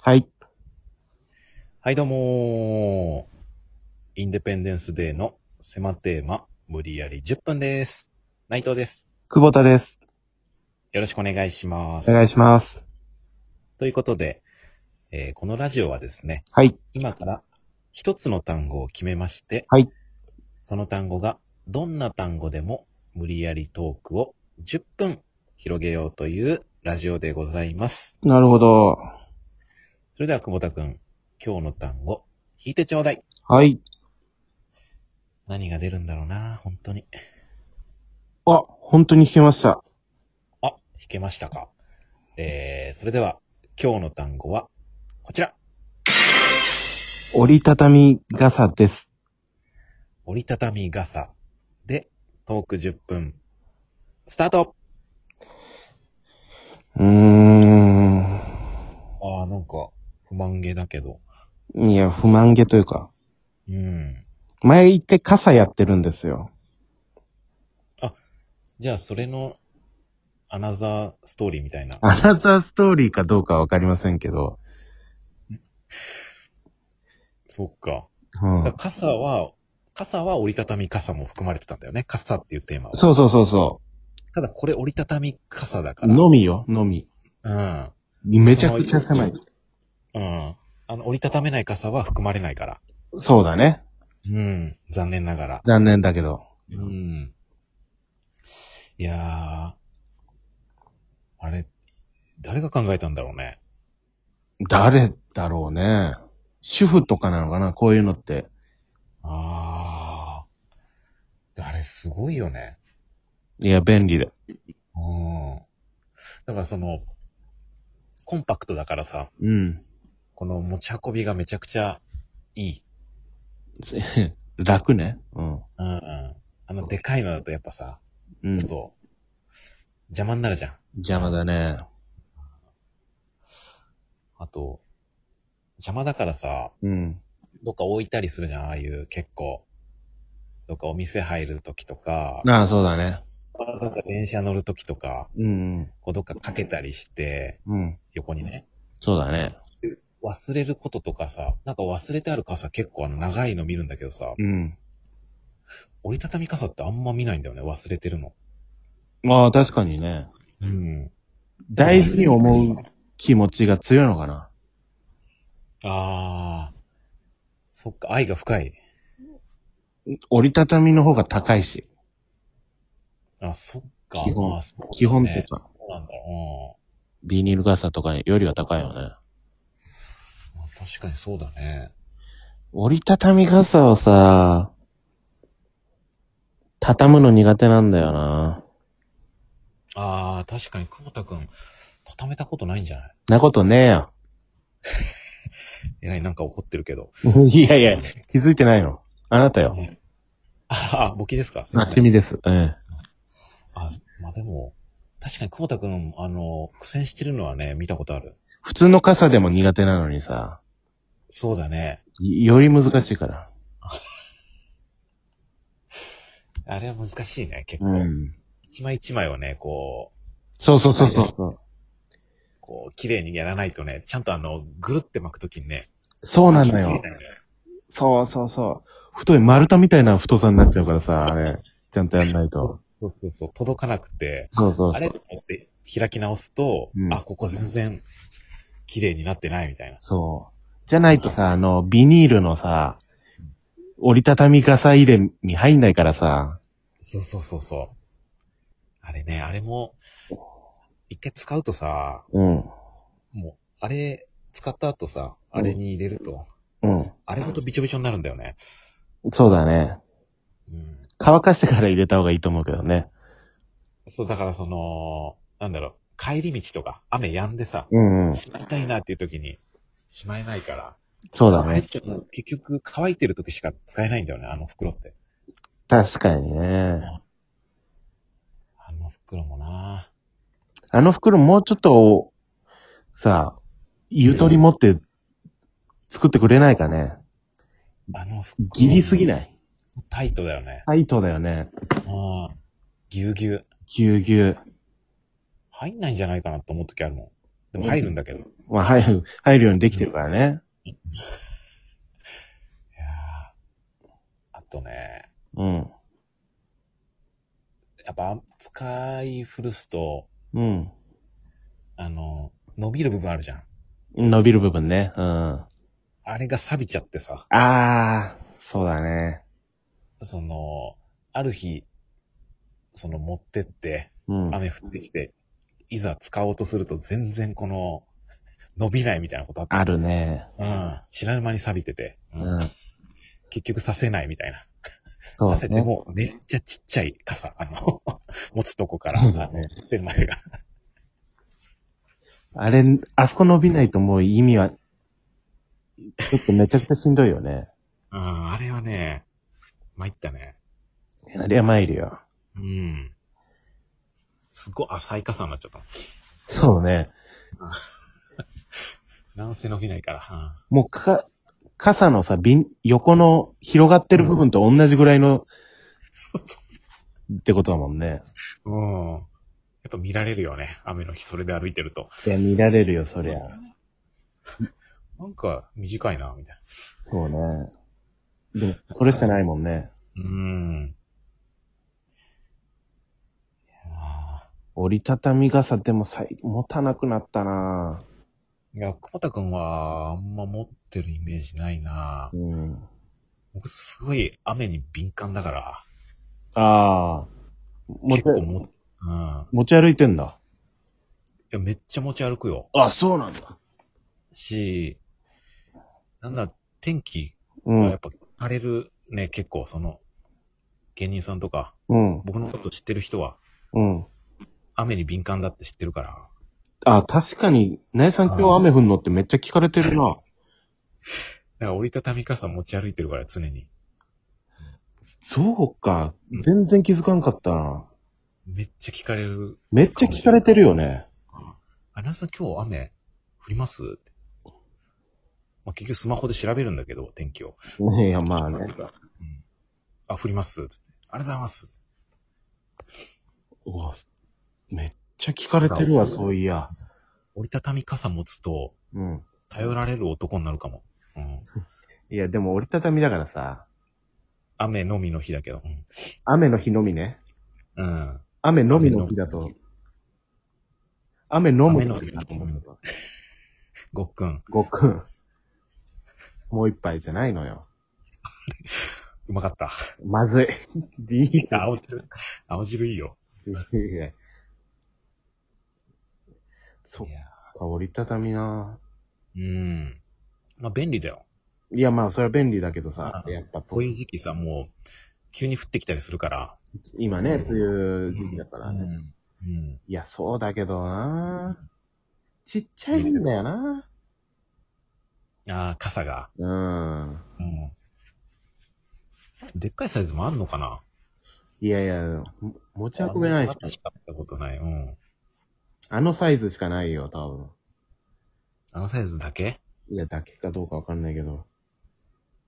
はい。はい、どうもーインデペンデンスデーの狭テーマ、無理やり10分です。内藤です。久保田です。よろしくお願いしまおす。願いします。ということで、えーこのラジオはですね、はい。今から一つの単語を決めまして、はいその単語がどんな単語でも無理やりトークを10分広げようというラジオでございます。なるほど。それでは久保田くん、今日の単語、引いてちょうだい。はい。何が出るんだろうな本当に。あ、本当に弾けました。あ、弾けましたか。えー、それでは、今日の単語は、こちら。折りたたみ傘です。折りたたみ傘で、トーク10分、スタートうーん。あー、なんか、不満げだけど。いや、不満げというか。うん。前一回傘やってるんですよ。じゃあ、それの、アナザーストーリーみたいな。アナザーストーリーかどうかはわかりませんけど。そっか。うだからん。傘は、傘は折りたたみ傘も含まれてたんだよね。傘っていうテーマは。そうそうそうそただ、これ折りたたみ傘だかう。ら。のみよ、のみ。うん。めちゃくちゃ狭い。うん。あの、折りたためない傘は含まれないから。そうだね。うん。残念ながら。残念だけど。うん。いやー。あれ、誰が考えたんだろうね。誰だろうね。主婦とかなのかなこういうのって。あー。あれすごいよね。いや、便利で。うん。だからその、コンパクトだからさ、うん。この持ち運びがめちゃくちゃいい。 楽ね。うん。うんうん。あの、でかいのだとやっぱさ、うちょっん。と、邪魔になるじゃん。邪魔だね。あと、邪魔だからさ、うん。どっか置いたりするじゃん、ああいう結構。どっかお店入るときとか、ああ、そうだね。どっか電車乗るときとか、うん。こうどっかかけたりして、うん。横にね。そうだね。忘れることとかさ、なんか忘れてある傘結構あの長いの見るんだけどさ、うん。折りたたみ傘ってあんま見ないんだよね、忘れてるの。ああ、確かにね。うん。大事に思う気持ちが強いのかな。あー。そっか、愛が深い。折りたたみの方が高いし。あ、そっか。基本あそうだね基本とか、そうなんだ。うんビニール傘とかよりは高いよね。まあ。確かにそうだね。折りたたみ傘をさ、畳むの苦手なんだよな。あー、確かに久保田くん、畳めたことないんじゃないなことねえ よ。えらいなんか怒って るけど。いやいや、気づいてないの。あなたよ。ああ、ボキですかすいまなせてん。みです。えあ、まあでも、確かに久保田くん、あの、苦戦してるのはね、見たことある。え。普通の傘でも苦手なのにさ、そうだね。より難しいから。あれは難しいね、結う構。ん。一枚一枚をね、こそうそうそうそう。う、こう、綺麗にやらないとね、ちゃんとあの、ぐるって巻くときにね。そうなの切れよな。いのそうそうそう。太い丸太みたいな太さになっちゃうからさ、あれ。ちゃんとやんないと。そうそうそう、届かなくて、そうそうあそれう。と思って開き直すと、うんあ、ここ全然、綺麗になってないみたいな。そう。じゃないとさ、あの、ビニールのさ、折りたたみ傘入れに入んないからさ、そうそうそうそう。あれね、あれも、一回使うとさ、うん。もう、あれ、使った後さ、あれに入れると、うん。あれごとびちょびちょになるんだよね。そうだね。うん。乾かしてから入れた方がいいと思うけどね。そう、だからその、なんだろう、帰り道とか、雨止んでさ、うんうん。しまいたいなっていう時に、しまえないから。そうだね。あれって結局、乾いてる時しか使えないんだよね、あの袋って。確かにね。あの袋もなあの袋もうちょっと、さ、ゆとり持って作ってくれないかね。あの袋。ギリすぎいない。タイトだよね。タイトだよね。ああ。ぎゅうぎゅう。ぎゅうぎゅう。入んないんじゃないかなと思う時あるもん。でも入るんだけど。いまあ、入る、入るようにできてるからね。やーあとね、うん。やっぱ使い古すと、うん。あの、伸びる部分あるじゃん。伸びる部分ね。うん。ああれが錆びちゃってさ、あ、そうだね。その、ある日、その持ってって、うん。雨降ってきて、いざ使おうとすると全然この、伸びないみたいなことあった。あるね。うん。知らぬ間に錆びてて、ううんん。結局させないみたいな。そうさだせてね。も、めっちゃちっちゃい傘、あの、 持つとこから、あそうだのね、手前が。あれ、あそこ伸びないともう意味は、ちょっとめちゃくちゃしんどいよ ね。うん、あれはね、参ったね。あれは参るよ。うん。すごい浅い傘になっちゃった。そうね。なんせ伸びないから。もうか、傘のさ、びん横の広がってる部分と同じぐらいの、ってことだもんね。うん。うん。やっぱ見られるよね。雨の日、それで歩いてると。いや、見られるよ、そりゃ。 なんか、短いな、みたいそうね。でも、それしかないもんね。な。うん。いや折りたたみ傘でもさい、持たなくなったなぁーいや、久保田くんは、あんま持ってるイメージないなうん。僕、すごい雨に敏感だから。ああ。持ち、結構も、うん。持ち歩いてんだ。いや、めっちゃ持ち歩くよ。あ、そうなんだ。し、なんだ、天気うはやっん。ぱ荒れるね、結構その、芸人さんとか、うん。僕のこと知ってる人は、うん。雨に敏感だって知ってるから。あ、確かに、なえさん今日雨降んのってめっちゃ聞かれてるな。だから折りたたみ傘持ち歩いてるから、常に。そうか。全然気づかんかったな。めっちゃ聞かれる。めっちゃ聞かれてるよね。あ、なさん今日雨降りますってまあ、結局スマホで調べるんだけど、天気を。いや、まあね。うん、あ、降りますつって。ありがとうございます。うわ、めっちゃ聞かれてるわ、そういや。折りたたみ傘持つと、うん。頼られる男になるかも。うん。いや、でも折りたたみだからさ、雨のみの日だけど。雨の日のみね。うん。雨のみの日だと、雨飲む時だと思う雨の日の。ごっくん。ごっくん。もう一杯じゃないのよ。うまかった。まずい。リーダ青汁。青汁いいよ。ー。いやそっいやか、折りたたみなうん。まあ、便利だよ。いや、まあ、それは便利だけどさ、あやっぱ、こういう時期さ、もう、急に降ってきたりするから。今ね、梅雨時期だからね。うん。うん。いや、そうだけどなちっちゃいんだよなああ、傘が。うん。うん。でっかいサイズもあんのかないやいや、も持ち運べないあんまし。使ったことない。うん。あのサイズしかないよ、多分。あのサイズだけいや、だけかどうかわかんないけど。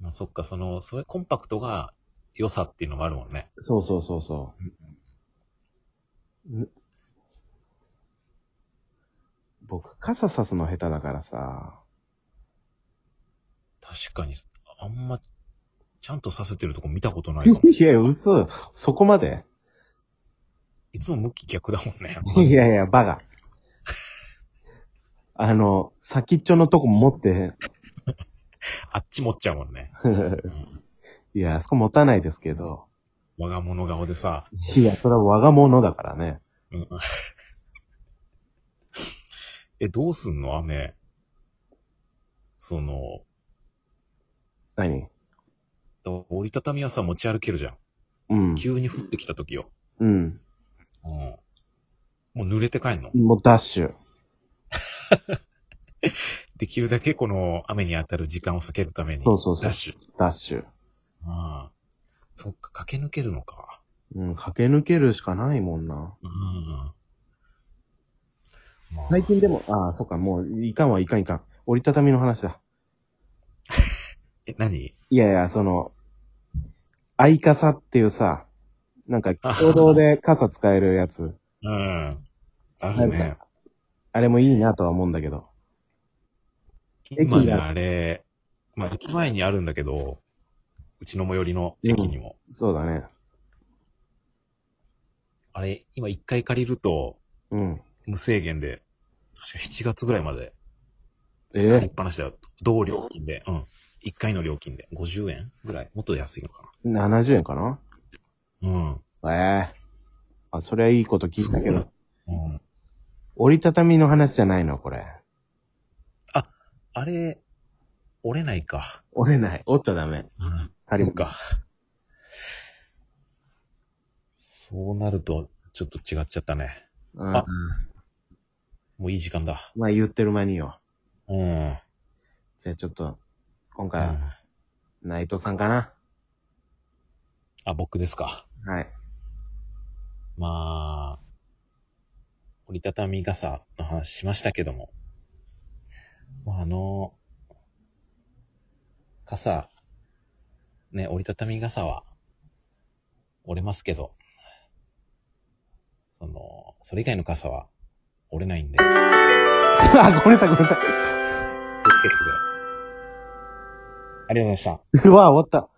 まあ、そっか、その、そういうコンパクトが良さっていうのもあるもんね。そうそうそうそう。ぬ僕、傘さすの下手だからさ。確かに、あんま、ちゃんとさせてるとこ見たことないか も。いや、嘘。そこまでいつも向き逆だもんね。いやいや、バカ。あの、先っちょのとこ持って、 あっち持っちゃうもんね。いや、あそこ持たないですけど。我が物顔でさ。いや、それは我が物だからね。うんえ、どうすんの雨。その、何折りたたみはさ、持ち歩けるじゃうんん。。急に降ってきた時よ。うん。うん。もう濡れて帰んのもうダッシュ。できるだけこの雨に当たる時間を避けるために。そうそうそうダッシュ。ダッシュ。ああ。そっか、駆け抜けるのか。うん、駆け抜けるしかないもんな。うん。まあ最近でも、ああ、そっか、もう、いかんわ、いかんいかん。折りたたみの話だ。え、何いやいや、その、相傘っていうさ、 なんか、共同で傘使えるやつ。うん。あるね。あれもいいなとは思うんだけど。駅今ね、があれ、まあ、駅前にあるんだけど、うちの最寄りの駅にも。そうだね。あれ、今一回借りると、うん。無制限で、確か7月ぐらいまで、借りっえぱなしだよ。同料金で、うん。一回の料金で、50円ぐらい。もっと安いのかえ ?70 円かなな。うん。ええあ、それはいいこと聞いたけそうだど。うん、折りたたみの話じゃないの、これ。あれ、折れないか。折れない。折っちゃダメ。うん。あれそっか。そうなると、ちょっと違っちゃったね。うんあ。もういい時間だ。まあ言ってる間によ。うん。じゃあちょっと、今う回はん、内藤さんかな。あ、僕ですか。はい。まあ、折りたたみ傘の話しましたけども。まあ、あの、傘、ね、折りたたみ傘は、折れますけど、その、それ以外の傘は折れないんで、気をつ あ、ごめんなさい、ごめんなさけてくださいありがとうございました。 い。うわ、終わった。